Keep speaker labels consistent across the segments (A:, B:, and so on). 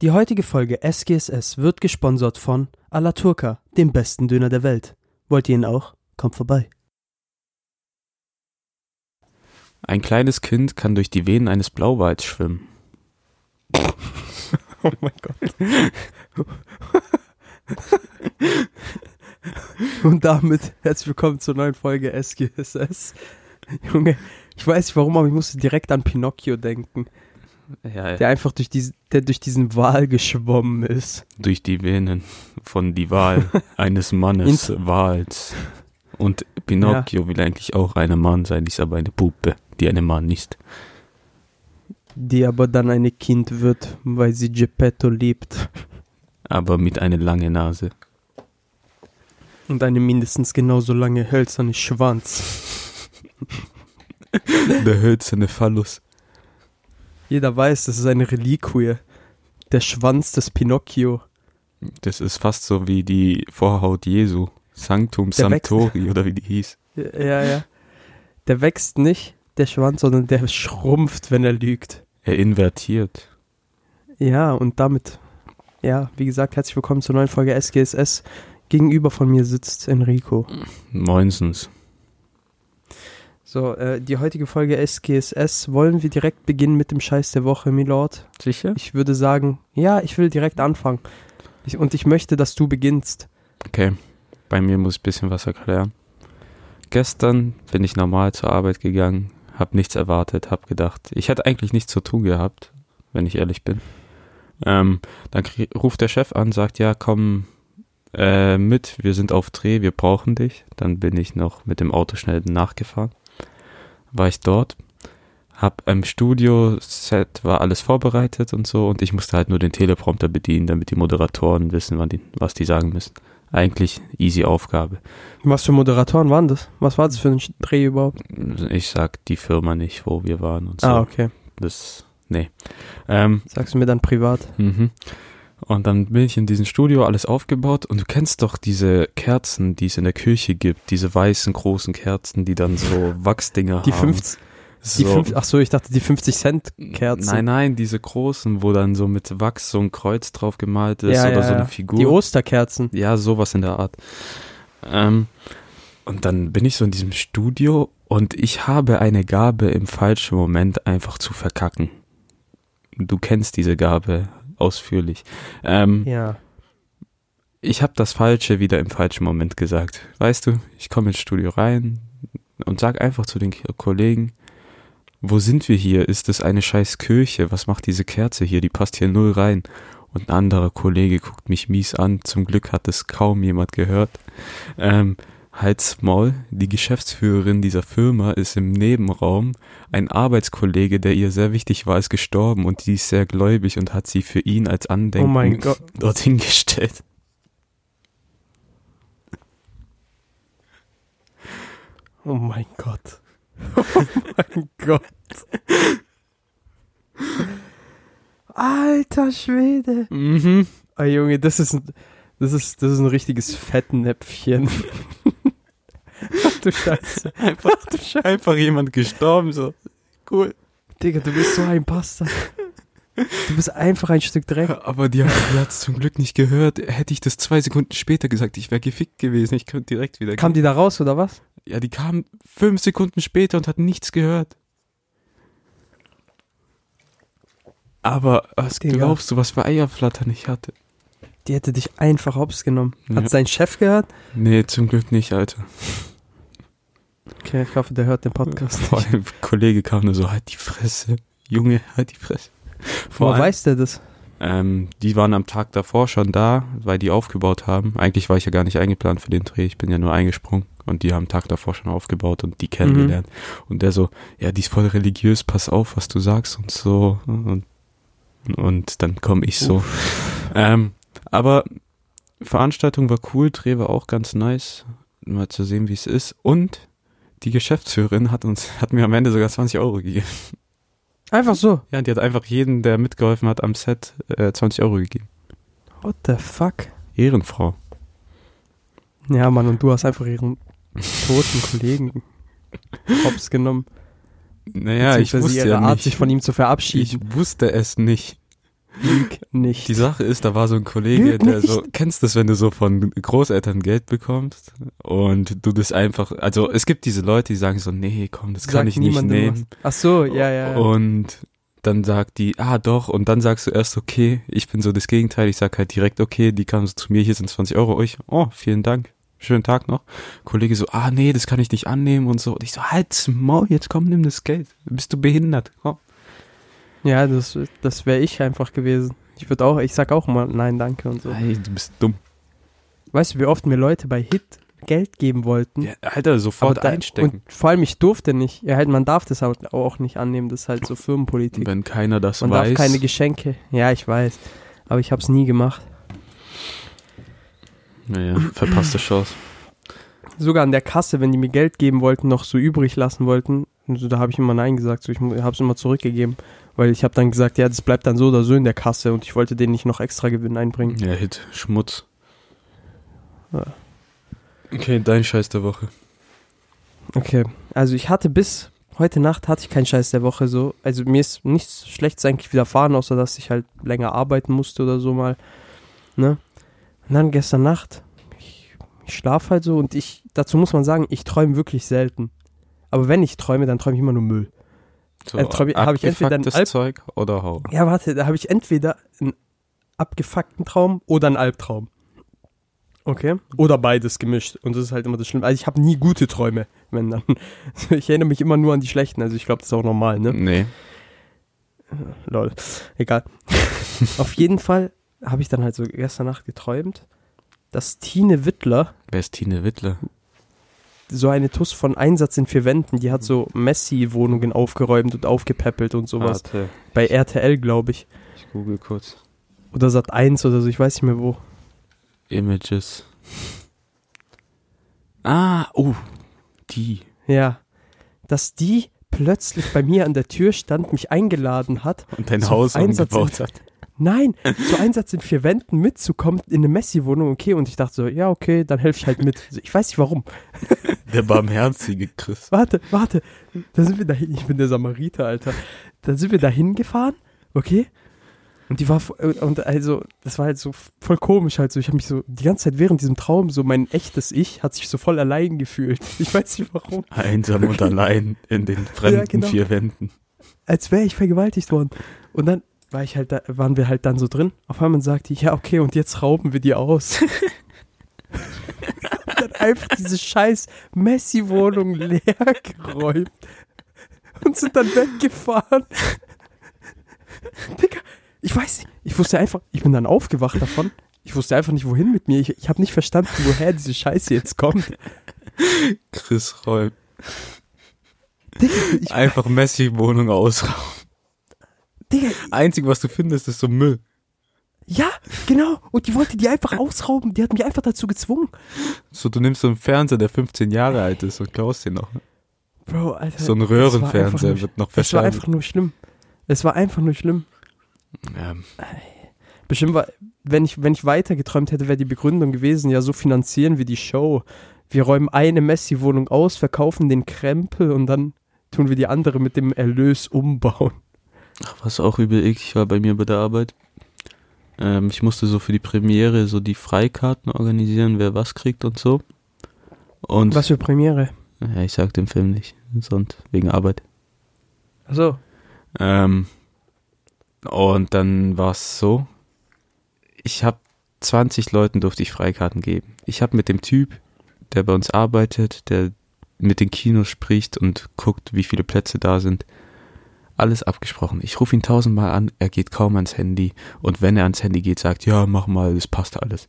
A: Die heutige Folge SGSS wird gesponsert von Alaturka, dem besten Döner der Welt. Wollt ihr ihn auch? Kommt vorbei.
B: Ein kleines Kind kann durch die Venen eines Blauwals schwimmen.
C: Oh mein Gott.
A: Und damit herzlich willkommen zur neuen Folge SGSS. Junge, ich weiß nicht warum, aber ich musste direkt an Pinocchio denken,
B: Ja,
A: der einfach durch, diesen, der durch diesen Wal geschwommen ist.
B: Durch die Venen von die Wahl eines Mannes, Wals. Und Pinocchio will eigentlich auch ein Mann sein, ist aber eine Puppe, die ein Mann ist.
A: Die aber dann eine Kind wird, weil sie Geppetto liebt.
B: Aber mit einer langen Nase.
A: Und eine mindestens genauso lange hölzerne Schwanz.
B: Der hölzerne Phallus.
A: Jeder weiß, das ist eine Reliquie. Der Schwanz des Pinocchio.
B: Das ist fast so wie die Vorhaut Jesu. Sanctum
A: Der wächst.
B: Sanctori oder wie die hieß.
A: Ja, ja, ja. Der wächst nicht, der Schwanz, sondern der schrumpft, wenn er lügt.
B: Er invertiert.
A: Ja, und damit, ja, wie gesagt, herzlich willkommen zur neuen Folge SGSS. Gegenüber von mir sitzt Enrico.
B: Moinsens.
A: So, äh, die heutige Folge SGSS wollen wir direkt beginnen mit dem Scheiß der Woche, Milord.
B: Sicher?
A: Ich würde sagen, ja, ich will direkt anfangen. Ich, und ich möchte, dass du beginnst.
B: Okay, bei mir muss ich ein bisschen was erklären. Gestern bin ich normal zur Arbeit gegangen, habe nichts erwartet, habe gedacht, ich hätte eigentlich nichts zu tun gehabt, wenn ich ehrlich bin. Ähm, dann krie- ruft der Chef an, sagt, ja, komm äh, mit, wir sind auf Dreh, wir brauchen dich. Dann bin ich noch mit dem Auto schnell nachgefahren, war ich dort, hab im Studio, Set war alles vorbereitet und so und ich musste halt nur den Teleprompter bedienen, damit die Moderatoren wissen, wann die, was die sagen müssen. Eigentlich easy Aufgabe.
A: Was für Moderatoren waren das? Was war das für ein Sch- Dreh überhaupt?
B: Ich sag die Firma nicht, wo wir waren und so.
A: Ah, okay.
B: Das, nee. Ähm,
A: Sagst du mir dann privat.
B: mhm. Und dann bin ich in diesem Studio alles aufgebaut und du kennst doch diese Kerzen, die es in der Kirche gibt, diese weißen großen Kerzen, die dann so Wachsdinger
A: Die
B: haben.
A: 50,
B: Ähm, so.
A: die 50, ach so, ich dachte die 50 Cent Kerzen.
B: Nein, nein, diese großen, wo dann so mit Wachs so ein Kreuz drauf gemalt ist
A: Ja,
B: oder
A: ja,
B: so eine
A: ja.
B: Figur.
A: Die Osterkerzen.
B: Ja, sowas in der Art. Ähm, und dann bin ich so in diesem Studio und ich habe eine Gabe im falschen Moment einfach zu verkacken. Du kennst diese Gabe ausführlich. Ähm,
A: Ja.
B: Ich habe das Falsche wieder im falschen Moment gesagt. Weißt du, ich komme ins Studio rein und sag einfach zu den K- Kollegen, wo sind wir hier? Ist das eine scheiß Kirche? Was macht diese Kerze hier? Die passt hier null rein. Und ein anderer Kollege guckt mich mies an. Zum Glück hat es kaum jemand gehört. Ähm, halt's Maul. Die Geschäftsführerin dieser Firma ist im Nebenraum. Ein Arbeitskollege, der ihr sehr wichtig war, ist gestorben und die ist sehr gläubig und hat sie für ihn als Andenken
A: Oh mein Gott.
B: dorthin gestellt.
A: Oh mein Gott. Oh mein Gott. Alter Schwede.
B: Mhm.
A: Ah Junge, das ist ein, das ist, das ist ein richtiges Fettnäpfchen. Ach du Scheiße.
B: Einfach, einfach jemand gestorben, so. Cool.
A: Digga, du bist so ein Bastard. Du bist einfach ein Stück Dreck.
B: Aber die, die hat es zum Glück nicht gehört. Hätte ich das zwei Sekunden später gesagt, ich wäre gefickt gewesen. Ich könnte direkt wieder.
A: Kam die da raus oder was?
B: ja, die kam fünf Sekunden später und hat nichts gehört. Aber was
A: Digga.
B: glaubst du, was für Eierflattern ich hatte?
A: Die hätte dich einfach hops genommen. Hat
B: Ja.
A: sein Chef gehört?
B: Nee, zum Glück nicht, Alter.
A: Okay, ich hoffe, der hört den Podcast.
B: Vor allem Kollege kam nur so, halt die Fresse. Junge, halt die Fresse.
A: Woher
B: allem-
A: weiß der das?
B: Ähm, die waren am Tag davor schon da, weil die aufgebaut haben. Eigentlich war ich ja gar nicht eingeplant für den Dreh, ich bin ja nur eingesprungen und die haben am Tag davor schon aufgebaut und die kennengelernt. Und der so, ja, die ist voll religiös, pass auf, was du sagst und so. Und, und dann komme ich so. Ähm, aber Veranstaltung war cool, Dreh war auch ganz nice, mal zu sehen, wie es ist. Und die Geschäftsführerin hat uns, hat mir am Ende sogar 20 Euro gegeben.
A: Einfach so.
B: Ja, die hat einfach jeden, der mitgeholfen hat am Set, äh, 20 Euro gegeben.
A: What the fuck?
B: Ehrenfrau.
A: Ja, Mann, und du hast einfach ihren toten Kollegen hops genommen.
B: Naja, ich
A: beziehungsweise
B: wusste
A: ihre
B: ja
A: Art,
B: nicht.
A: sich von ihm zu verabschieden.
B: ich wusste es nicht.
A: Lüg nicht.
B: Die Sache ist, da war so ein Kollege,
A: Lüg
B: der
A: nicht.
B: so, kennst das, wenn du so von Großeltern Geld bekommst und du das einfach, also es gibt diese Leute, die sagen so, nee, komm, das kann
A: Sagt
B: ich nicht
A: niemandem
B: nehmen.
A: was. Ach so, ja, ja. ja.
B: Und dann sagt die, ah doch, und dann sagst du erst, okay, ich bin so das Gegenteil, ich sag halt direkt, okay, die kam so zu mir, hier sind 20 Euro, ich, oh, vielen Dank, schönen Tag noch. Kollege so, ah nee, das kann ich nicht annehmen und so. Und ich so, halt's Maul, jetzt komm, nimm das Geld, bist du behindert, komm.
A: Ja, das, das wäre ich einfach gewesen. Ich würde auch, ich sag auch mal nein, danke und so.
B: Ey, du bist dumm.
A: Weißt du, wie oft mir Leute bei Hit Geld geben wollten?
B: Ja, Alter,
A: Aber
B: sofort
A: da-
B: einstecken.
A: Und vor allem, ich durfte nicht. Ja, halt, man darf das halt auch nicht annehmen, das ist halt so Firmenpolitik.
B: Wenn keiner das
A: Man
B: weiß.
A: darf keine Geschenke. Ja, ich weiß. Aber ich hab's nie gemacht.
B: naja, verpasste Chance.
A: Sogar an der Kasse, wenn die mir Geld geben wollten, noch so übrig lassen wollten, also da habe ich immer Nein gesagt. So, ich mu- hab's immer zurückgegeben. Weil ich habe dann gesagt, ja, das bleibt dann so oder so in der Kasse und ich wollte denen nicht noch extra Gewinn einbringen.
B: Ja, Hit, Schmutz.
A: Ja.
B: Okay, dein Scheiß der Woche.
A: Okay, also ich hatte bis heute Nacht hatte ich keinen Scheiß der Woche so. Also mir ist nichts Schlechtes eigentlich widerfahren, außer dass ich halt länger arbeiten musste oder so mal. Ne? Und dann gestern Nacht, ich, ich schlafe halt so und ich, dazu muss man sagen, ich träume wirklich selten. Aber wenn ich träume, dann träume ich immer nur Müll.
B: So,
A: Äh, Tobi, hab ich entweder einen
B: abgefucktes
A: Alp-
B: Zeug oder Hau.
A: Ja, warte, da habe ich entweder einen abgefuckten Traum oder einen Albtraum. Okay. Oder beides gemischt. Und das ist halt immer das Schlimme. Also ich habe nie gute Träume, wenn dann. Ich erinnere mich immer nur an die schlechten. Also ich glaube, das ist auch normal, ne?
B: Nee.
A: Lol. Egal. Auf jeden Fall habe ich dann halt so gestern Nacht geträumt, dass Tine Wittler,
B: Wer ist Tine Wittler?
A: so eine Tuss von Einsatz in vier Wänden, die hat so Messi-Wohnungen aufgeräumt und aufgepäppelt und sowas.
B: Warte,
A: Bei RTL, glaube ich.
B: ich google kurz.
A: Oder Sat 1 oder so, ich weiß nicht mehr wo.
B: Images. Ah, oh, die.
A: Ja, dass die plötzlich bei mir an der Tür stand, mich eingeladen hat.
B: Und dein
A: zum
B: Haus
A: Einsatz
B: umgebaut
A: in,
B: hat.
A: Nein, zu Einsatz in vier Wänden mitzukommen in eine Messi-Wohnung, okay. Und ich dachte so, ja, okay, dann helfe ich halt mit. Also Ich weiß nicht warum.
B: Der barmherzige Chris.
A: Warte, warte. Da sind wir dahin. Ich bin der Samariter, Alter. Dann sind wir dahin gefahren, okay? Und die war, vo- und also, das war halt so voll komisch halt so. Ich habe mich so die ganze Zeit während diesem Traum, so mein echtes Ich, hat sich so voll allein gefühlt. Ich weiß nicht warum.
B: Einsam und allein in den fremden
A: Ja, genau.
B: vier Wänden.
A: als wäre ich vergewaltigt worden. Und dann war ich halt da, waren wir halt dann so drin. Auf einmal sagte ich, ja, okay, und jetzt rauben wir die aus. und dann einfach diese scheiß Messi-Wohnung leer geräumt und sind dann weggefahren. Digga, ich weiß nicht, ich wusste einfach, ich bin dann aufgewacht davon. Ich wusste einfach nicht, wohin mit mir. Ich, ich habe nicht verstanden, woher diese Scheiße jetzt kommt.
B: Chris räumt.
A: Digga, ich,
B: Einfach Messi-Wohnung ausrauben.
A: Digga,
B: Einzig, was du findest, ist so Müll.
A: ja, genau. Und die wollte die einfach ausrauben. Die hat mich einfach dazu gezwungen.
B: So, du nimmst so einen Fernseher, der 15 Jahre alt ist und klaust den noch.
A: Bro, Alter.
B: So ein
A: das war einfach
B: Röhrenfernseher
A: nur sch-
B: wird noch
A: Es war
B: verschärft.
A: einfach nur schlimm. Es war einfach nur schlimm.
B: Ja,
A: Bestimmt war, wenn ich, wenn ich weiter geträumt hätte, wäre die Begründung gewesen, ja, so finanzieren wir die Show. Wir räumen eine Messi-Wohnung aus, verkaufen den Krempel und dann tun wir die andere mit dem Erlös umbauen.
B: Was auch übel eklig war bei mir bei der Arbeit. Ähm, ich musste so für die Premiere so die Freikarten organisieren, wer was kriegt und so. Und
A: Was für Premiere.
B: Ja, ich sag den Film nicht, sonst wegen Arbeit.
A: Achso.
B: Ähm, und dann war es so, ich habe 20 Leuten durfte ich Freikarten geben. Ich habe mit dem Typ, der bei uns arbeitet, der mit den Kinos spricht und guckt, wie viele Plätze da sind, alles abgesprochen. Ich rufe ihn tausendmal an, er geht kaum ans Handy und wenn er ans Handy geht, sagt, ja, mach mal, das passt alles.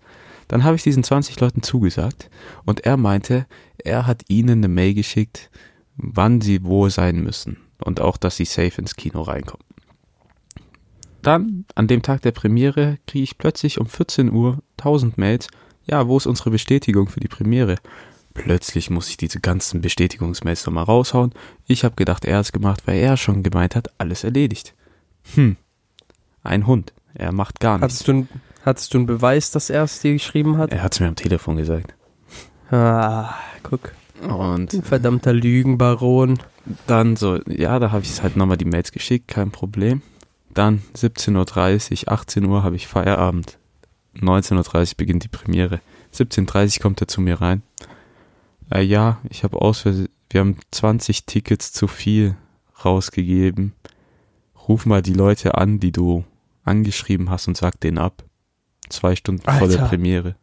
B: Dann habe ich diesen 20 Leuten zugesagt und er meinte, er hat ihnen eine Mail geschickt, wann sie wo sein müssen und auch, dass sie safe ins Kino reinkommen. Dann, an dem Tag der Premiere, kriege ich plötzlich um 14 Uhr 1000 Mails. Ja, wo ist unsere Bestätigung für die Premiere? Plötzlich muss ich diese ganzen Bestätigungsmails nochmal raushauen. Ich habe gedacht, er hat's gemacht, weil er schon gemeint hat, alles erledigt. Hm, ein Hund. Er macht gar nichts.
A: Hattest du, n- hattest du einen Beweis, dass er es dir geschrieben hat?
B: Er hat's mir am Telefon gesagt.
A: Ah, guck.
B: Und
A: Du verdammter Lügenbaron.
B: dann so, ja, da habe ich halt nochmal die Mails geschickt, kein Problem. Dann 17.30 Uhr, 18 Uhr habe ich Feierabend. 19.30 Uhr beginnt die Premiere. 17.30 Uhr kommt er zu mir rein. Äh, ja, ich habe aus, wir haben 20 Tickets zu viel rausgegeben. Ruf mal die Leute an, die du angeschrieben hast und sag denen ab. Zwei Stunden vor der
A: Alter.
B: Premiere.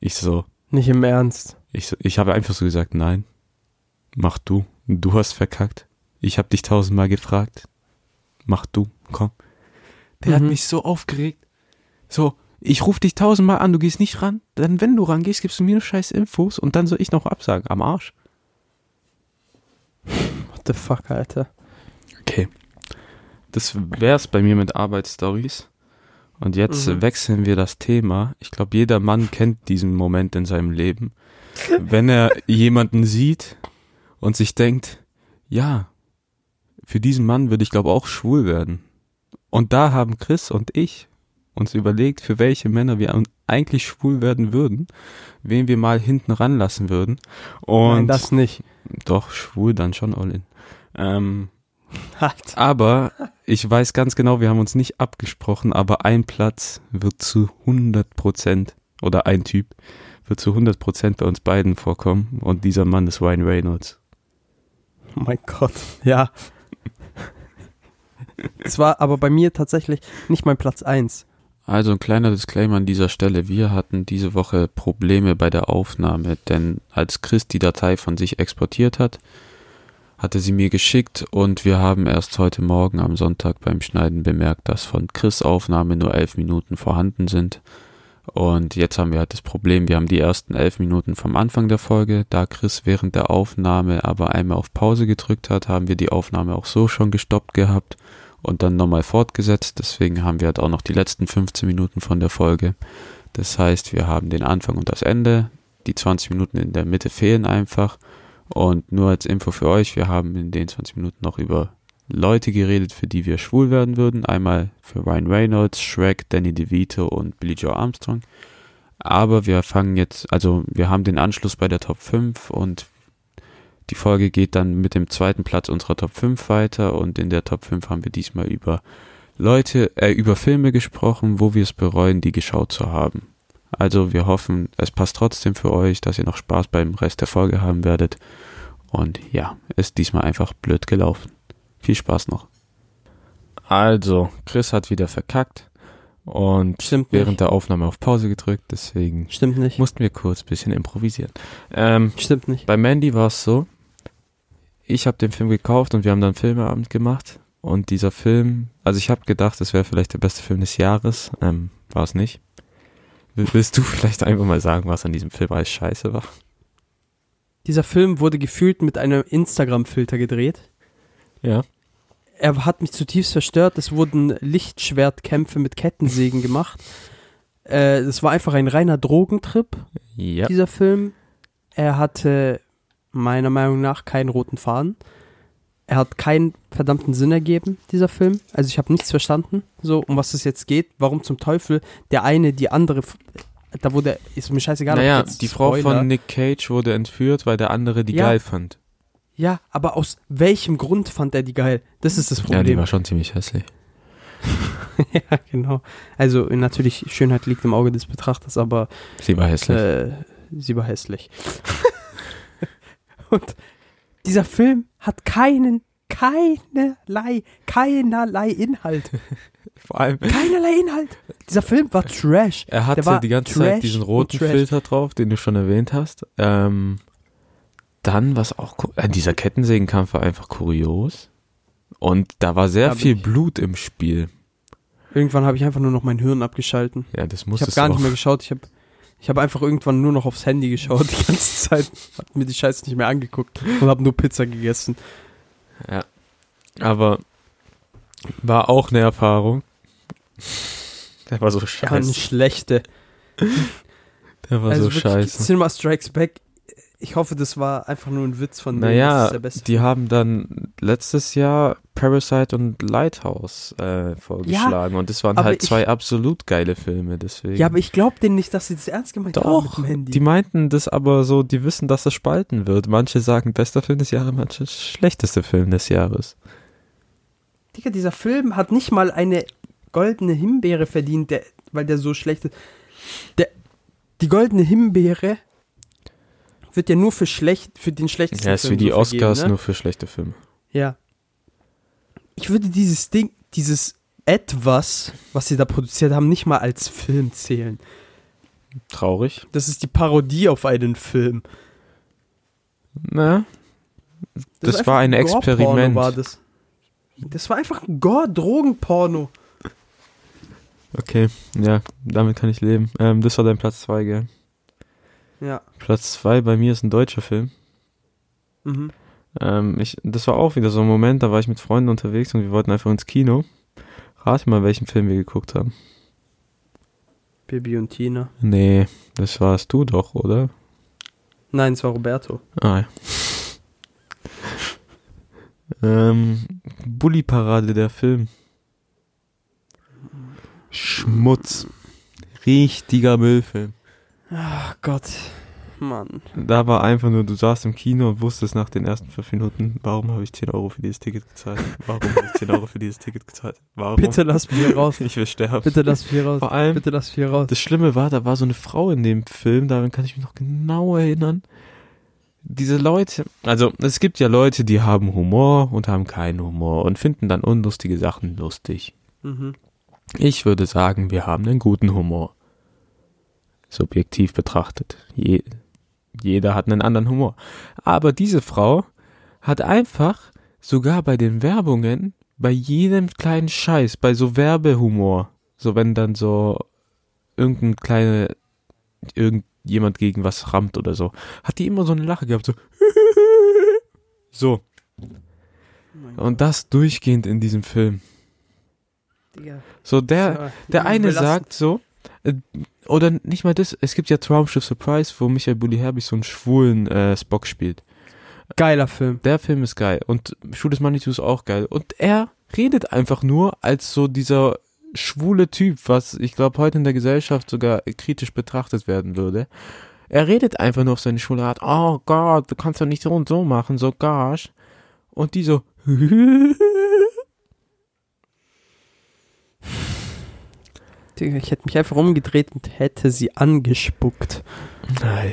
B: Ich so,
A: Nicht im Ernst.
B: ich, so- ich habe einfach so gesagt, nein. Mach du. Du hast verkackt. Ich habe dich tausendmal gefragt. Mach du, komm. Der hat
A: Mhm.
B: mich so aufgeregt. So, ich rufe dich tausendmal an, du gehst nicht ran. Dann, wenn du rangehst, gibst du mir nur scheiß Infos und dann soll ich noch absagen. Am Arsch.
A: What the fuck, Alter.
B: Okay. Das wär's bei mir mit Arbeitsstories. Und jetzt
A: Mhm.
B: wechseln wir das Thema. Ich glaube, jeder Mann kennt diesen Moment in seinem Leben, wenn er jemanden sieht und sich denkt, ja, für diesen Mann würde ich glaube auch schwul werden. Und da haben Chris und ich uns überlegt, für welche Männer wir eigentlich schwul werden würden, wen wir mal hinten ranlassen würden. Und
A: Nein, das nicht.
B: doch schwul dann schon all in. Ähm,
A: Alter.
B: aber ich weiß ganz genau, wir haben uns nicht abgesprochen, aber ein Platz wird zu 100 Prozent oder ein Typ wird zu 100 Prozent bei uns beiden vorkommen und dieser Mann ist Ryan Reynolds.
A: Oh mein Gott. Ja. Es war aber bei mir tatsächlich nicht mein Platz 1.
B: Also ein kleiner Disclaimer an dieser Stelle. Wir hatten diese Woche Probleme bei der Aufnahme, denn als Chris die Datei von sich exportiert hat, hatte sie mir geschickt und wir haben erst heute Morgen am Sonntag beim Schneiden bemerkt, dass von Chris Aufnahme nur elf Minuten vorhanden sind. Und jetzt haben wir halt das Problem, wir haben die ersten elf Minuten vom Anfang der Folge. Da Chris während der Aufnahme aber einmal auf Pause gedrückt hat, haben wir die Aufnahme auch so schon gestoppt gehabt und dann nochmal fortgesetzt. Deswegen haben wir halt auch noch die letzten 15 Minuten von der Folge. Das heißt, wir haben den Anfang und das Ende. Die 20 Minuten in der Mitte fehlen einfach. Und nur als Info für euch, wir haben in den 20 Minuten noch über Leute geredet, für die wir schwul werden würden. Einmal für Ryan Reynolds, Shrek, Danny DeVito und Billy Joe Armstrong. Aber wir fangen jetzt, also wir haben den Anschluss bei der Top 5 und die Folge geht dann mit dem zweiten Platz unserer Top 5 weiter und in der Top 5 haben wir diesmal über Leute, äh, über Filme gesprochen, wo wir es bereuen, die geschaut zu haben. Also wir hoffen, es passt trotzdem für euch, dass ihr noch Spaß beim Rest der Folge haben werdet. Und ja, ist diesmal einfach blöd gelaufen. Viel Spaß noch. Also, Chris hat wieder verkackt und
A: Stimmt
B: während
A: nicht.
B: der Aufnahme auf Pause gedrückt, deswegen
A: Stimmt nicht.
B: mussten wir kurz ein bisschen improvisieren. Ähm,
A: Stimmt nicht.
B: bei Mandy war es so, ich habe den Film gekauft und wir haben dann Filmeabend gemacht. Und dieser Film, also ich habe gedacht, es wäre vielleicht der beste Film des Jahres, ähm, war es nicht. Will- Willst du vielleicht einfach mal sagen, was an diesem Film alles scheiße war?
A: Dieser Film wurde gefühlt mit einem Instagram-Filter gedreht.
B: Ja.
A: er hat mich zutiefst verstört. Es wurden Lichtschwertkämpfe mit Kettensägen gemacht. Äh, Es war einfach ein reiner Drogentrip,
B: Ja.
A: dieser Film. Er hatte meiner Meinung nach keinen roten Faden. Er hat keinen verdammten Sinn ergeben, dieser Film. Also ich habe nichts verstanden, so um was es jetzt geht. Warum zum Teufel der eine die andere... f- Da wurde... Ist mir scheißegal. ob
B: Naja,
A: jetzt
B: die Frau
A: Spoiler-
B: von Nick Cage wurde entführt, weil der andere die
A: Ja.
B: geil fand.
A: Ja, aber aus welchem Grund fand er die geil? Das ist das Problem.
B: schon ziemlich hässlich.
A: Ja, genau. Also äh, natürlich, Schönheit liegt im Auge des Betrachters, aber
B: Sie war hässlich.
A: äh, sie war hässlich. Und dieser Film hat keinen, keinerlei, keinerlei Inhalt.
B: Vor allem,
A: Keinerlei Inhalt. Dieser Film war Trash.
B: Er
A: Der
B: hatte
A: war
B: die ganze
A: trash
B: Zeit diesen
A: und
B: roten
A: trash.
B: Filter drauf, den du schon erwähnt hast. Ähm, dann, was auch, ku- äh, dieser Kettensägenkampf war einfach kurios. Und da war sehr
A: Hab
B: viel
A: ich.
B: Blut im Spiel.
A: Irgendwann habe ich einfach nur noch mein Hirn abgeschalten.
B: Ja, das
A: Ich habe
B: musstest
A: gar
B: du
A: nicht
B: auch.
A: mehr geschaut. Ich habe ich hab einfach irgendwann nur noch aufs Handy geschaut die ganze Zeit. Hab mir die Scheiße nicht mehr angeguckt und habe nur Pizza gegessen.
B: Aber war auch eine Erfahrung. Der war so
A: Ja, eine
B: scheiße.
A: schlechte.
B: Der war
A: Also
B: so
A: wirklich,
B: scheiße.
A: Cinema Strikes Back, ich hoffe, das war einfach nur ein Witz von denen. Das
B: Naja,
A: ist der beste.
B: die haben dann letztes Jahr Parasite und Lighthouse äh, vorgeschlagen. und das waren
A: aber
B: halt
A: ich-
B: zwei absolut geile Filme. Deswegen.
A: ja, aber ich glaube denen nicht, dass sie das ernst gemeint
B: Doch,
A: haben mit dem Handy.
B: die meinten das aber so, die wissen, dass es spalten wird. Manche sagen bester Film des Jahres, manche schlechteste Film des Jahres.
A: Digga, dieser Film hat nicht mal eine goldene Himbeere verdient, der, weil der so schlecht ist. Der, die goldene Himbeere wird ja nur für schlecht, für den schlechtesten
B: Ja, ist wie die
A: so vergeben,
B: Oscars
A: ne?
B: nur für schlechte Filme.
A: Ja. Ich würde dieses Ding, dieses etwas, was sie da produziert haben, nicht mal als Film zählen.
B: Traurig.
A: Das ist die Parodie auf einen Film.
B: Na, Das
A: ist
B: war
A: einfach
B: ein
A: Gore-Porno
B: Experiment.
A: War das. das war einfach ein Gore-Drogen-Porno.
B: okay. Ja, damit kann ich leben. Ähm, das war dein Platz 2, gell?
A: Ja.
B: Platz 2 bei mir ist ein deutscher Film.
A: Mhm.
B: Ähm, ich, das war auch wieder so ein Moment, da war ich mit Freunden unterwegs und wir wollten einfach ins Kino. Rate mal, welchen Film wir geguckt haben.
A: Bibi und Tina.
B: Nee, das warst du doch, oder?
A: Nein, es war Roberto.
B: Ah, ja. ähm, Bully Parade, der Film. Schmutz. Richtiger Müllfilm.
A: Ach Gott. Mann.
B: Da war einfach nur, du saßt im Kino und wusstest nach den ersten fünf Minuten, warum habe ich 10 Euro für dieses Ticket gezahlt? Warum habe ich 10 Euro für dieses Ticket gezahlt? Warum?
A: Bitte lass mich hier raus.
B: Ich will sterben.
A: Bitte lass mich hier raus.
B: Vor allem,
A: Bitte lass mich hier raus.
B: Das Schlimme war, da war so eine Frau in dem Film, daran kann ich mich noch genau erinnern. Diese Leute, also es gibt ja Leute, die haben Humor und haben keinen Humor und finden dann unlustige Sachen lustig.
A: Mhm.
B: Ich würde sagen, wir haben einen guten Humor. Subjektiv betrachtet. Je, jeder hat einen anderen Humor. Aber diese Frau hat einfach sogar bei den Werbungen, bei jedem kleinen Scheiß, bei so Werbehumor, so wenn dann so irgendein kleine, irgendjemand gegen was rammt oder so, hat die immer so eine Lache gehabt, so. So.
A: Oh.
B: Und das durchgehend in diesem Film.
A: Digga.
B: So der,
A: Ja,
B: der eine
A: belastend.
B: sagt so, äh, oder nicht mal das, es gibt ja Traumschiff Surprise, wo Michael Bulli Herbig so einen schwulen äh, Spock spielt.
A: Geiler Film.
B: Der Film ist geil und Schuh des Manitou ist auch geil. Und er redet einfach nur als so dieser schwule Typ, was ich glaube heute in der Gesellschaft sogar kritisch betrachtet werden würde. Er redet einfach nur auf seine schwule Art, oh Gott, du kannst doch nicht so und so machen, so gosh. Und die so,
A: Digga, ich hätte mich einfach umgedreht und hätte sie angespuckt.
B: nein.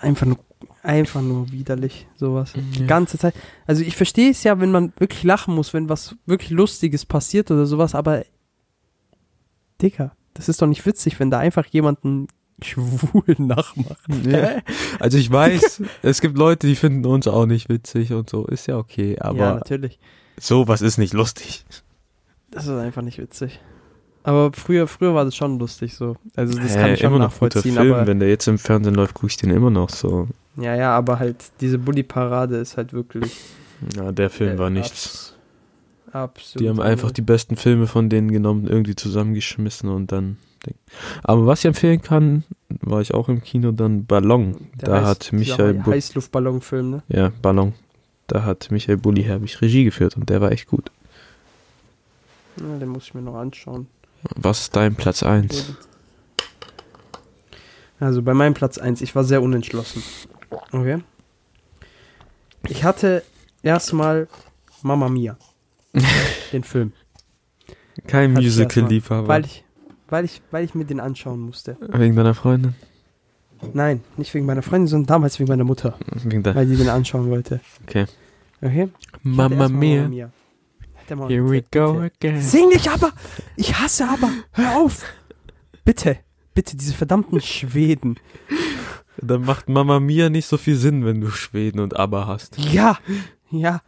A: Einfach nur, einfach nur widerlich, sowas. Die
B: Ja.
A: ganze Zeit. Also ich verstehe es ja, wenn man wirklich lachen muss, wenn was wirklich Lustiges passiert oder sowas, aber Digga, das ist doch nicht witzig, wenn da einfach jemanden schwul nachmacht.
B: Ja. Also ich weiß, es gibt Leute, die finden uns auch nicht witzig und so, ist ja okay,
A: ja,
B: aber
A: natürlich.
B: sowas ist nicht lustig.
A: Das ist einfach nicht witzig. Aber früher, früher war das schon lustig so. Also das kann
B: Hä,
A: ich schon
B: immer noch guter
A: nachvollziehen.
B: Film,
A: aber,
B: wenn der jetzt im Fernsehen läuft, gucke ich den immer noch so.
A: ja, ja, aber halt diese Bulli-Parade ist halt wirklich.
B: Ja, der Film
A: äh,
B: war nichts.
A: abs- Absolut.
B: Die haben einfach die besten Filme von denen genommen, irgendwie zusammengeschmissen und dann. Aber was ich empfehlen kann, war ich auch im Kino dann Ballon.
A: Der
B: da
A: heiß-
B: hat
A: dieser
B: Michael
A: Hei-
B: Bu-
A: Heißluftballonfilm, ne?
B: ja Ballon. Da hat Michael Bulli Herbig Regie geführt und der war echt gut.
A: Ja, den muss ich mir noch anschauen.
B: Was ist dein Platz 1?
A: Also bei meinem Platz 1, ich war sehr unentschlossen. Okay. Ich hatte erstmal Mamma Mia. den Film.
B: Kein
A: Hatte ich erst mal.
B: Musical-Liebhaber.
A: Weil ich, weil, ich, weil ich mir den anschauen musste.
B: Wegen deiner Freundin?
A: Nein, nicht wegen meiner Freundin, sondern damals wegen meiner Mutter,
B: Wegen deiner
A: weil die den anschauen wollte.
B: Okay.
A: Okay? Ich hatte
B: Mamma
A: erst mal
B: mia.
A: Mamma Mia. Hat der mal-
B: Here we go
A: Bitte.
B: again.
A: Sing nicht aber! Ich hasse aber! Hör auf! Bitte, bitte, diese verdammten Schweden.
B: Dann macht Mamma Mia nicht so viel Sinn, wenn du Schweden und ABBA hast.
A: Ja, ja.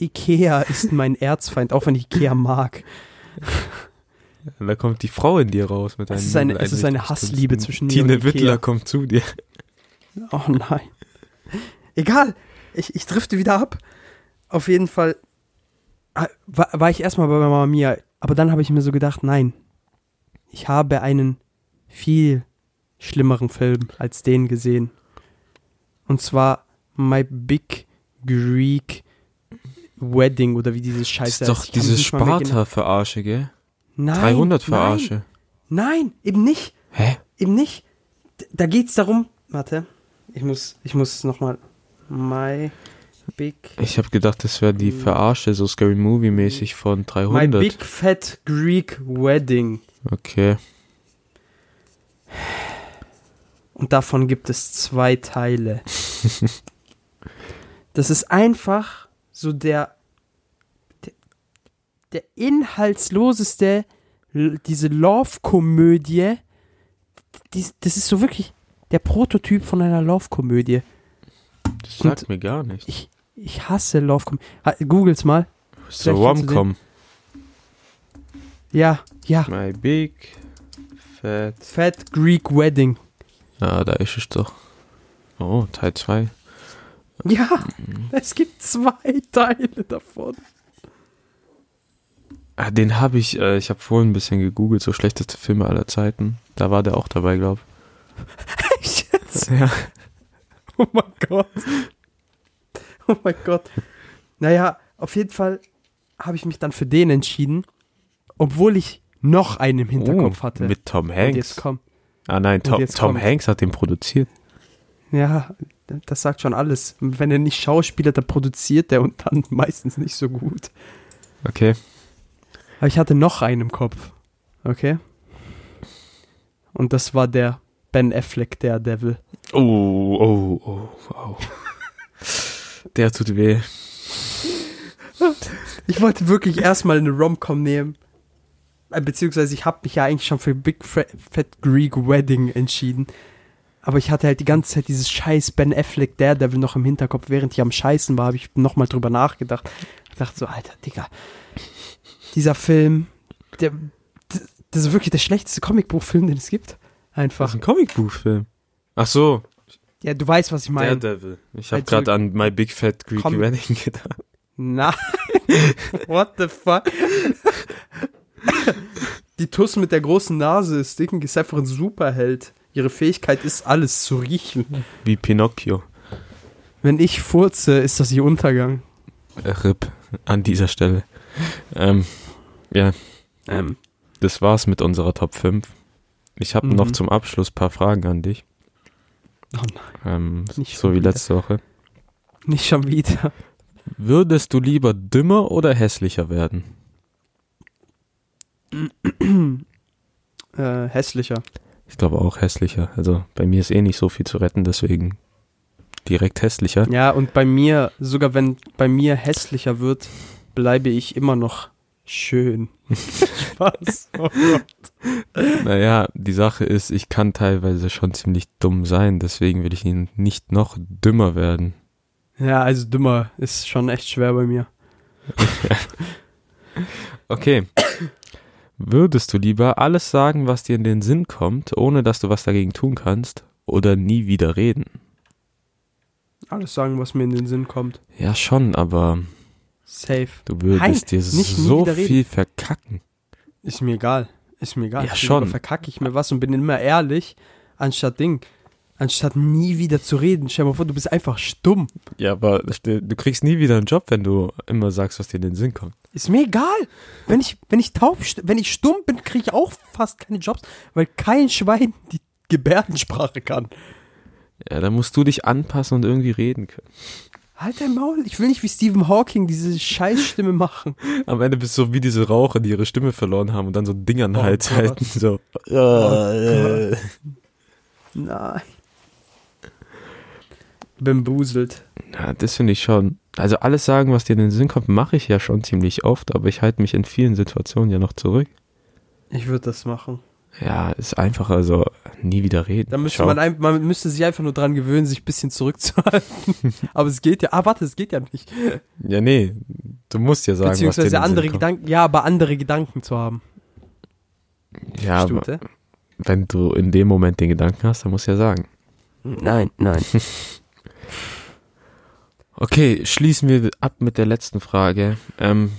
A: Ikea ist mein Erzfeind, auch wenn ich Ikea mag.
B: Da kommt die Frau in dir raus mit
A: Es
B: deinen
A: ist eine-
B: Möbel-
A: es ist eine
B: Einrichtungskunst.
A: Hassliebe zwischen mir
B: Tine
A: und Ikea.
B: Wittler kommt zu dir.
A: Oh nein. Egal, ich, ich drifte wieder ab. Auf jeden Fall äh, war, war ich erstmal bei Mama Mia, aber dann habe ich mir so gedacht, nein, ich habe einen viel schlimmeren Film als den gesehen. Und zwar My Big Greek Wedding oder wie dieses
B: Das
A: Scheiße
B: ist doch
A: Ich kann
B: dieses
A: nicht mal mehr genau-
B: Sparta-Verarsche, gell?
A: Nein,
B: 300
A: Nein,
B: Verarsche.
A: nein, eben nicht.
B: Hä?
A: Eben nicht. D- Da geht's darum. Warte. Ich muss, ich muss nochmal. My Big.
B: Ich habe gedacht, das wäre die Verarsche, so Scary Movie-mäßig von
A: My
B: 300.
A: Hm. Big Fat Greek Wedding.
B: Okay.
A: Und davon gibt es zwei Teile. das ist einfach so der, der, der inhaltsloseste, L- diese Love-Komödie. Die, das ist so wirklich der Prototyp von einer Love-Komödie.
B: Das
A: Und-
B: sagt mir gar nichts.
A: Ich, ich hasse Love-Komödie. Googles mal.
B: So
A: kannst du den-
B: Rom-Com.
A: Ja, ja.
B: My Big Fat.
A: Fat Greek Wedding.
B: Ah, da ist es doch. Oh, Teil 2.
A: Ja,
B: Mhm.
A: es gibt zwei Teile davon.
B: Ah, den habe ich, äh, ich habe vorhin ein bisschen gegoogelt, so schlechteste Filme aller Zeiten. Da war der auch dabei, glaube
A: Jetzt.
B: ich. Ja.
A: Oh mein Gott. Oh mein Gott. Naja, auf jeden Fall habe ich mich dann für den entschieden, obwohl ich noch einen im Hinterkopf
B: Oh,
A: hatte.
B: Mit Tom
A: Und jetzt
B: Hanks.
A: komm.
B: Ah nein, Tom,
A: jetzt
B: Tom
A: kommt-
B: Hanks hat den produziert.
A: Ja, das sagt schon alles. Wenn er nicht schauspielert, dann produziert er und dann meistens nicht so gut.
B: Okay.
A: Aber ich hatte noch einen im Kopf. Okay? Und das war der Ben Affleck, der Devil.
B: Oh, oh, oh, oh. Der tut weh.
A: Ich wollte wirklich erstmal eine Rom-Com nehmen. Äh, Beziehungsweise ich habe mich ja eigentlich schon für Big Fra Fat Greek Wedding entschieden. Aber ich hatte halt die ganze Zeit dieses scheiß Ben Affleck Daredevil noch im Hinterkopf. Während ich am Scheißen war, habe ich nochmal drüber nachgedacht. Ich dachte so, Alter, Digga, dieser Film, der, d- das ist wirklich der schlechteste Comicbuchfilm, den es gibt.
B: Das ist
A: Einfach.
B: ein Comicbuchfilm. Ach so,
A: Ja, du weißt, was ich meine.
B: Daredevil. Ich habe
A: Also-
B: gerade an My Big Fat Greek
A: Comic-
B: Wedding gedacht.
A: Nein. What the fuck? Die Tuss mit der großen Nase ist Dicken ist einfach ein Superheld. Ihre Fähigkeit ist, alles zu riechen.
B: Wie Pinocchio.
A: Wenn ich furze, ist das ihr Untergang.
B: Äh, RIP an dieser Stelle. Ähm, ja,
A: Ähm.
B: das war's mit unserer Top 5. Ich habe
A: Mhm.
B: noch zum Abschluss ein paar Fragen an dich.
A: Oh nein,
B: Ähm,
A: Nicht
B: so
A: schon
B: wie
A: wieder.
B: letzte Woche.
A: nicht schon wieder.
B: Würdest du lieber dümmer oder hässlicher werden?
A: Äh, hässlicher.
B: Ich glaube auch hässlicher. Also bei mir ist eh nicht so viel zu retten, deswegen direkt hässlicher.
A: Ja, und bei mir, sogar wenn bei mir hässlicher wird, bleibe ich immer noch schön. Spaß. Oh Gott.
B: Naja, die Sache ist, ich kann teilweise schon ziemlich dumm sein, deswegen will ich ihn nicht noch dümmer werden.
A: Ja, also dümmer ist schon echt schwer bei mir.
B: Okay. Würdest du lieber alles sagen, was dir in den Sinn kommt, ohne dass du was dagegen tun kannst, oder nie wieder reden?
A: Alles sagen, was mir in den Sinn kommt.
B: Ja, schon, aber
A: Safe.
B: du würdest
A: Nein,
B: dir
A: nicht nie
B: so
A: wieder reden.
B: viel verkacken.
A: Ist mir egal. Ist mir egal.
B: Ja,
A: Ich lieber
B: schon.
A: Verkacke ich mir was und bin immer ehrlich, anstatt Ding. Anstatt nie wieder zu reden. Stell dir mal vor, du bist einfach stumm.
B: Ja, aber du kriegst nie wieder einen Job, wenn du immer sagst, was dir in den Sinn kommt.
A: Ist mir egal. Wenn ich, wenn ich taub, st- wenn ich stumm bin, kriege ich auch fast keine Jobs, weil kein Schwein die Gebärdensprache kann.
B: Ja, dann musst du dich anpassen und irgendwie reden können.
A: Halt dein Maul. Ich will nicht wie Stephen Hawking diese Scheißstimme machen.
B: Am Ende bist du so wie diese Raucher, die ihre Stimme verloren haben und dann so ein Ding an den
A: Oh
B: Hals
A: Gott. Oh
B: halten. So.
A: Gott. Nein. Bembuselt.
B: Ja, das finde ich schon. Also alles sagen, was dir in den Sinn kommt, mache ich ja schon ziemlich oft, aber ich halte mich in vielen Situationen ja noch zurück.
A: Ich würde das machen.
B: Ja, ist einfacher, also nie wieder reden.
A: Da müsste
B: Schau.
A: man, ein, man müsste sich einfach nur dran gewöhnen, sich ein bisschen zurückzuhalten. Aber es geht ja. Ah, warte, es geht ja nicht.
B: Ja, nee, du musst ja sagen, was dir in den
A: Beziehungsweise andere
B: Sinn kommt.
A: Gedanken. Ja, aber andere Gedanken zu haben.
B: Ja, aber
A: Stute.
B: wenn du in dem Moment den Gedanken hast, dann musst du ja sagen.
A: Nein, nein.
B: Okay, schließen wir ab mit der letzten Frage. Ähm,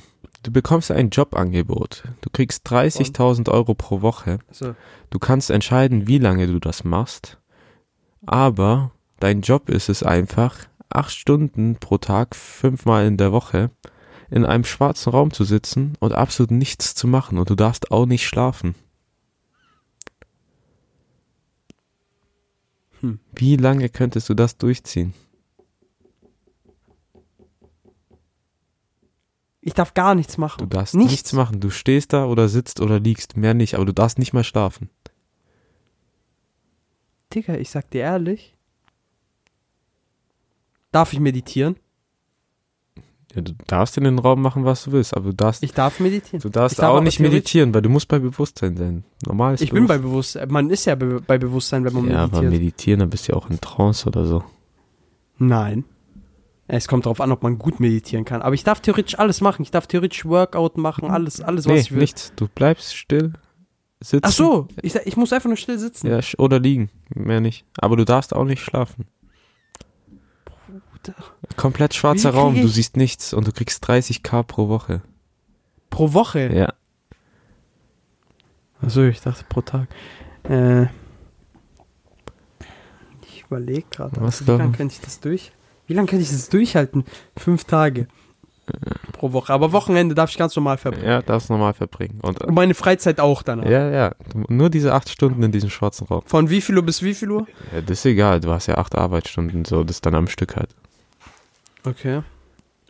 B: du bekommst ein Jobangebot. Du kriegst 30.000 Euro pro Woche.
A: So.
B: Du kannst entscheiden, wie lange du das machst, aber dein Job ist es einfach, acht Stunden pro Tag, fünfmal in der Woche, in einem schwarzen Raum zu sitzen und absolut nichts zu machen und du darfst auch nicht schlafen.
A: Hm.
B: Hm. Wie lange könntest du das durchziehen?
A: Ich darf gar nichts
B: Du
A: machen.
B: darfst
A: Nichts.
B: nichts. machen. Du stehst da oder sitzt oder liegst, mehr nicht, aber du darfst nicht mal schlafen.
A: Digga, ich sag dir ehrlich. Darf ich meditieren?
B: Ja, du darfst in den Raum machen, was du willst, aber du darfst,
A: Ich darf meditieren.
B: du darfst
A: ich darf
B: auch
A: aber
B: nicht
A: theoretisch-
B: meditieren, weil du musst bei Bewusstsein sein. Normal ist
A: Ich bin bei
B: Bewusstsein.
A: Bewusstsein. Man ist ja be bei Bewusstsein, wenn man
B: Ja, aber
A: meditiert.
B: meditieren, dann bist du ja auch in Trance oder so.
A: Nein. Es kommt darauf an, ob man gut meditieren kann. Aber ich darf theoretisch alles machen. Ich darf theoretisch Workout machen, alles, alles, was
B: Hm. nee,
A: ich will.
B: nichts. Du bleibst still, sitzen.
A: Ach so, ich, ich muss einfach nur still sitzen.
B: Ja, sch- oder liegen, mehr nicht. Aber du darfst auch nicht schlafen.
A: Bruder.
B: Komplett schwarzer
A: Wie krieg
B: Raum, du
A: ich-
B: siehst nichts und du kriegst 30k pro Woche.
A: Pro Woche.
B: Ja.
A: Achso, ich dachte pro Tag. Äh, ich überlege gerade,
B: Was
A: also, wie lange
B: glauben-
A: könnte ich das durch? Wie lange könnte ich das durchhalten? Fünf Tage pro Woche. Aber Wochenende darf ich ganz normal verbringen.
B: Ja, darfst normal verbringen. Und, äh,
A: Und meine Freizeit auch danach.
B: ja, ja. Du- Nur diese acht Stunden in diesem schwarzen Raum.
A: Von wie viel Uhr bis wie viel Uhr?
B: Ja, das ist egal, du hast ja acht Arbeitsstunden, so das dann am Stück halt.
A: Okay.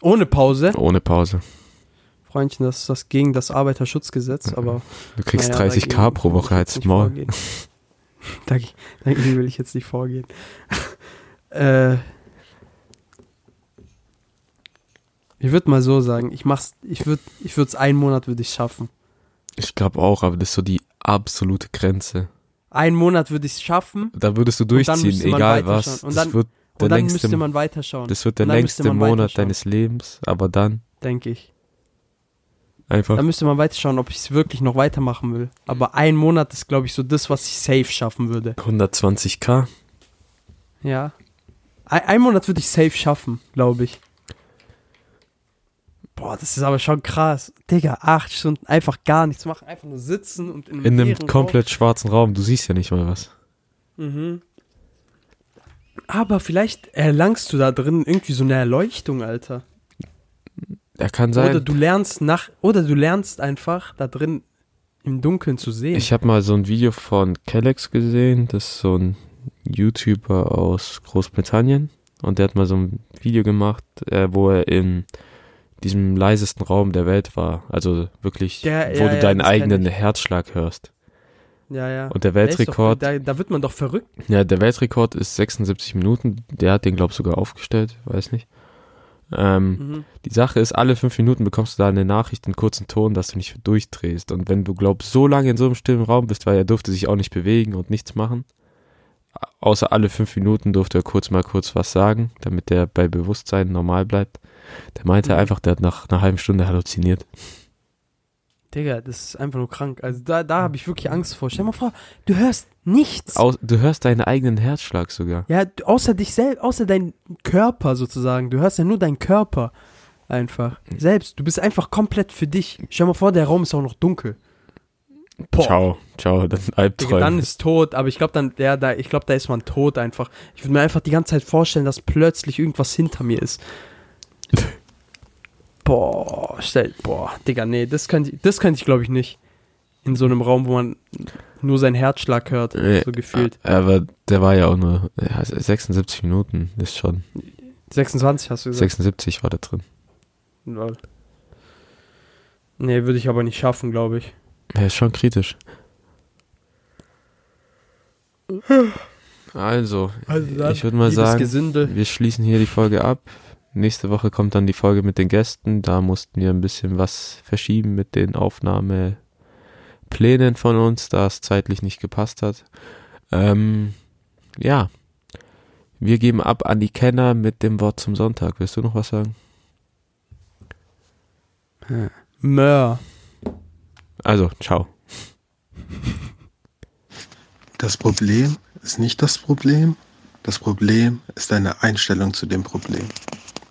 A: Ohne Pause.
B: Ohne Pause.
A: Freundchen, das ist das gegen das Arbeiterschutzgesetz, aber
B: Du kriegst
A: naja,
B: 30k
A: dagegen
B: pro
A: will ich
B: Woche
A: jetzt
B: als
A: nicht
B: Maul.
A: vorgehen. Dagegen dagegen will ich jetzt nicht vorgehen. äh, ich würde mal so sagen, ich mach's, ich würde, ich würde es einen Monat würde ich schaffen.
B: Ich glaube auch, aber das ist so die absolute Grenze.
A: Einen Monat würde ich es schaffen
B: Da würdest du
A: dann
B: durchziehen,
A: müsste man
B: egal
A: weiterschauen.
B: was.
A: Und
B: das
A: dann-
B: wird der
A: und dann
B: längste,
A: müsste man weiterschauen,
B: das wird der
A: und dann müsste
B: längste
A: man
B: Monat
A: weiterschauen.
B: deines Lebens, aber dann
A: denke ich.
B: einfach
A: Dann müsste man weiterschauen, ob ich es wirklich noch weitermachen will. Aber ein Monat ist, glaube ich, so das, was ich safe schaffen würde.
B: 120k.
A: Ja. Ein, ein Monat würde ich safe schaffen, glaube ich. Boah, das ist aber schon krass. Digga, acht Stunden einfach gar nichts machen, einfach nur sitzen und in einem,
B: In einem
A: leeren
B: komplett schwarzen Raum, du siehst ja nicht mal was.
A: Raum. Mhm. Aber vielleicht erlangst du da drin irgendwie so eine Erleuchtung, Alter.
B: Ja, kann sein.
A: Oder du lernst nach oder du lernst einfach da drin im Dunkeln zu sehen.
B: Ich habe mal so ein Video von Kellex gesehen, das ist so ein YouTuber aus Großbritannien und der hat mal so ein Video gemacht, äh, wo er in diesem leisesten Raum der Welt war, also wirklich,
A: Ja,
B: wo
A: ja,
B: du
A: ja,
B: deinen
A: das kenn
B: eigenen Herzschlag hörst.
A: ja, ja.
B: Und der
A: Da ist doch-
B: Weltrekord,
A: Da, da wird man doch verrückt.
B: ja, der Weltrekord ist 76 Minuten, der hat den glaube ich sogar aufgestellt, weiß nicht. Ähm,
A: Mhm.
B: die Sache ist, alle fünf Minuten bekommst du da eine Nachricht, einen kurzen Ton, dass du nicht durchdrehst. Und wenn du glaubst, so lange in so einem stillen Raum bist, weil er durfte sich auch nicht bewegen und nichts machen, außer alle fünf Minuten durfte er kurz mal kurz was sagen, damit der bei Bewusstsein normal bleibt. Der meinte
A: Mhm.
B: einfach, der hat nach einer halben Stunde halluziniert.
A: Digga, das ist einfach nur krank. Also da, da habe ich wirklich Angst vor. Stell mal vor, du hörst nichts.
B: Au du hörst deinen eigenen Herzschlag sogar.
A: Ja, du- außer dich selbst, außer dein Körper sozusagen. Du hörst ja nur deinen Körper einfach. Selbst. Du bist einfach komplett für dich. Stell mal vor, der Raum ist auch noch dunkel. Boah.
B: Ciao, ciao, dann
A: Digga,
B: Albträume.
A: dann ist tot, aber ich glaube dann, ja, da, ich glaube, da ist man tot einfach. Ich würde mir einfach die ganze Zeit vorstellen, dass plötzlich irgendwas hinter mir ist. boah, stell, boah, Digga, nee, das könnte, ich- das könnte ich glaube ich nicht. In so einem Raum, wo man nur seinen Herzschlag hört,
B: Nee.
A: so gefühlt.
B: Aber der war ja auch nur ja, 76 Minuten, ist schon. Ah.
A: 26 hast du gesagt.
B: 76 war da drin.
A: Lol. Nee, würde ich aber nicht schaffen, glaube ich.
B: Ja, ist schon kritisch. Also, ich würde mal
A: Liebes
B: sagen,
A: Gesindel.
B: wir schließen hier die Folge ab. Nächste Woche kommt dann die Folge mit den Gästen. Da mussten wir ein bisschen was verschieben mit den Aufnahmeplänen von uns, da es zeitlich nicht gepasst hat. Ähm, ja. Wir geben ab an die Kenner mit dem Wort zum Sonntag. Willst du noch was sagen?
A: Mör.
B: Also, ciao.
C: Das Problem ist nicht das Problem. Das Problem ist deine Einstellung zu dem Problem.